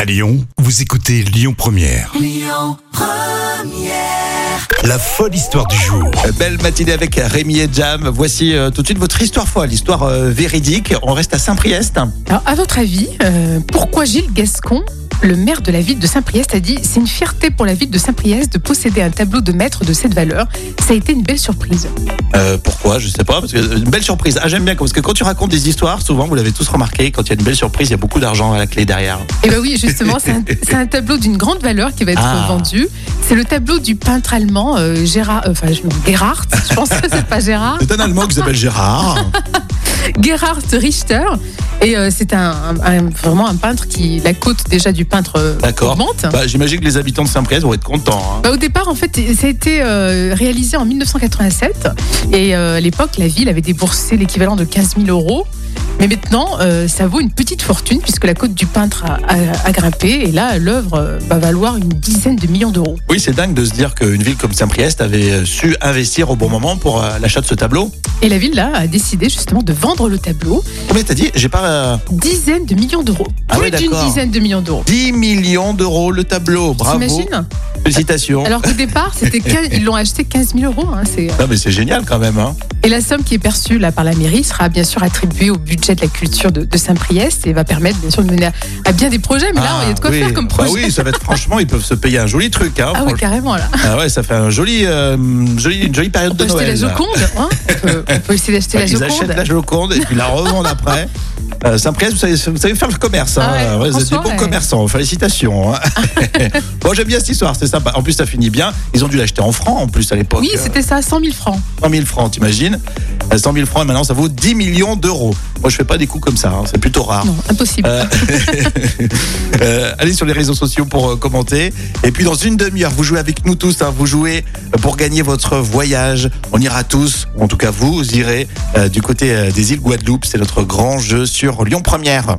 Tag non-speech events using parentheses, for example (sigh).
À Lyon, vous écoutez Lyon Première. Lyon Première. La folle histoire du jour. Euh, Belle matinée avec Rémi et Jam. Voici euh, tout de suite votre histoire folle, histoire euh, véridique. On reste à Saint-Priest. Alors, à votre avis, euh, pourquoi Gilles Gascon, le maire de la ville de Saint-Priest, a dit C'est une fierté pour la ville de Saint-Priest de posséder un tableau de maître de cette valeur Ça a été une belle surprise. Euh, pourquoi Je sais pas. Parce que euh, une belle surprise. Ah, j'aime bien parce que quand tu racontes des histoires, souvent vous l'avez tous remarqué, quand il y a une belle surprise, il y a beaucoup d'argent à la clé derrière. Et ben oui, justement, c'est un, c'est un tableau d'une grande valeur qui va être Ah. vendu. C'est le tableau du peintre allemand euh, Gérard, euh, enfin, je- non, Gerhard, je pense que c'est pas Gérard, C'est un Allemand qui s'appelle Gérard. Gerhard Richter. Et euh, c'est un, un- un- vraiment un peintre qui, la cote déjà du peintre euh, D'accord. augmente. (laughs) Bah, J'imagine que les habitants de Saint-Priest vont être contents. hein. Bah, au départ, en fait, ça a été euh, réalisé en 1987. Et euh, à l'époque, la ville avait déboursé l'équivalent de 15 000 euros. Mais maintenant, euh, ça vaut une petite fortune puisque la cote du peintre a, a- a grimpé. Et là, l'œuvre euh, va valoir une dizaine de millions d'euros. Oui, c'est dingue de se dire qu'une ville comme Saint-Priest avait euh, su investir au bon moment pour euh, l'achat de ce tableau. Et la ville, là, a décidé justement de vendre le tableau. Combien t'as dit J'ai pas. euh, Dizaine de millions d'euros. Ah ouais, Plus d'une d'accord. dizaine de millions d'euros. 10 millions d'euros le tableau. Bravo. T'imagines Félicitations. Alors qu'au départ, (laughs) c'était 15 ils l'ont acheté 15 000 euros. hein, c'est- Non, mais c'est génial quand même. Hein. Et la somme qui est perçue là par la mairie sera bien sûr attribuée au budget de la culture de, de Saint-Priest et va permettre bien sûr de mener à, à bien des projets. Mais là, Ah, il y a de quoi oui. faire comme Bah projet. oui, ça va être franchement, ils peuvent se payer un joli truc. Hein, ah oui, franchement. carrément là. Ah ouais, ça fait un joli, euh, joli- une jolie période On peut de acheter Noël. la là. Joconde. hein. on, peut, on peut essayer d'acheter Ouais, la ils achètent Joconde. la Joconde et puis la revendent (laughs) après. Euh, Saint-Priest, vous savez, vous savez faire le commerce. hein. Ah ouais, vous êtes des franchement, bons ouais. commerçants. (laughs) Félicitations. hein. bon, j'aime bien cette histoire, c'est sympa. En plus, ça finit bien. Ils ont dû l'acheter en francs en plus à l'époque. Oui, c'était ça, 100 000 francs. 100 000 francs, t'imagines Euh, 100 000 francs et maintenant ça vaut 10 millions d'euros. Moi, je fais pas des coups comme ça. hein, C'est plutôt rare. Non, impossible. Euh, euh, (laughs) allez sur les réseaux sociaux pour euh, commenter. Et puis dans une demi-heure, vous jouez avec nous tous. hein. vous jouez pour gagner votre voyage. On ira tous, ou en tout cas vous irez euh, du côté euh, des îles Guadeloupe. C'est notre grand jeu sur Lyon Première.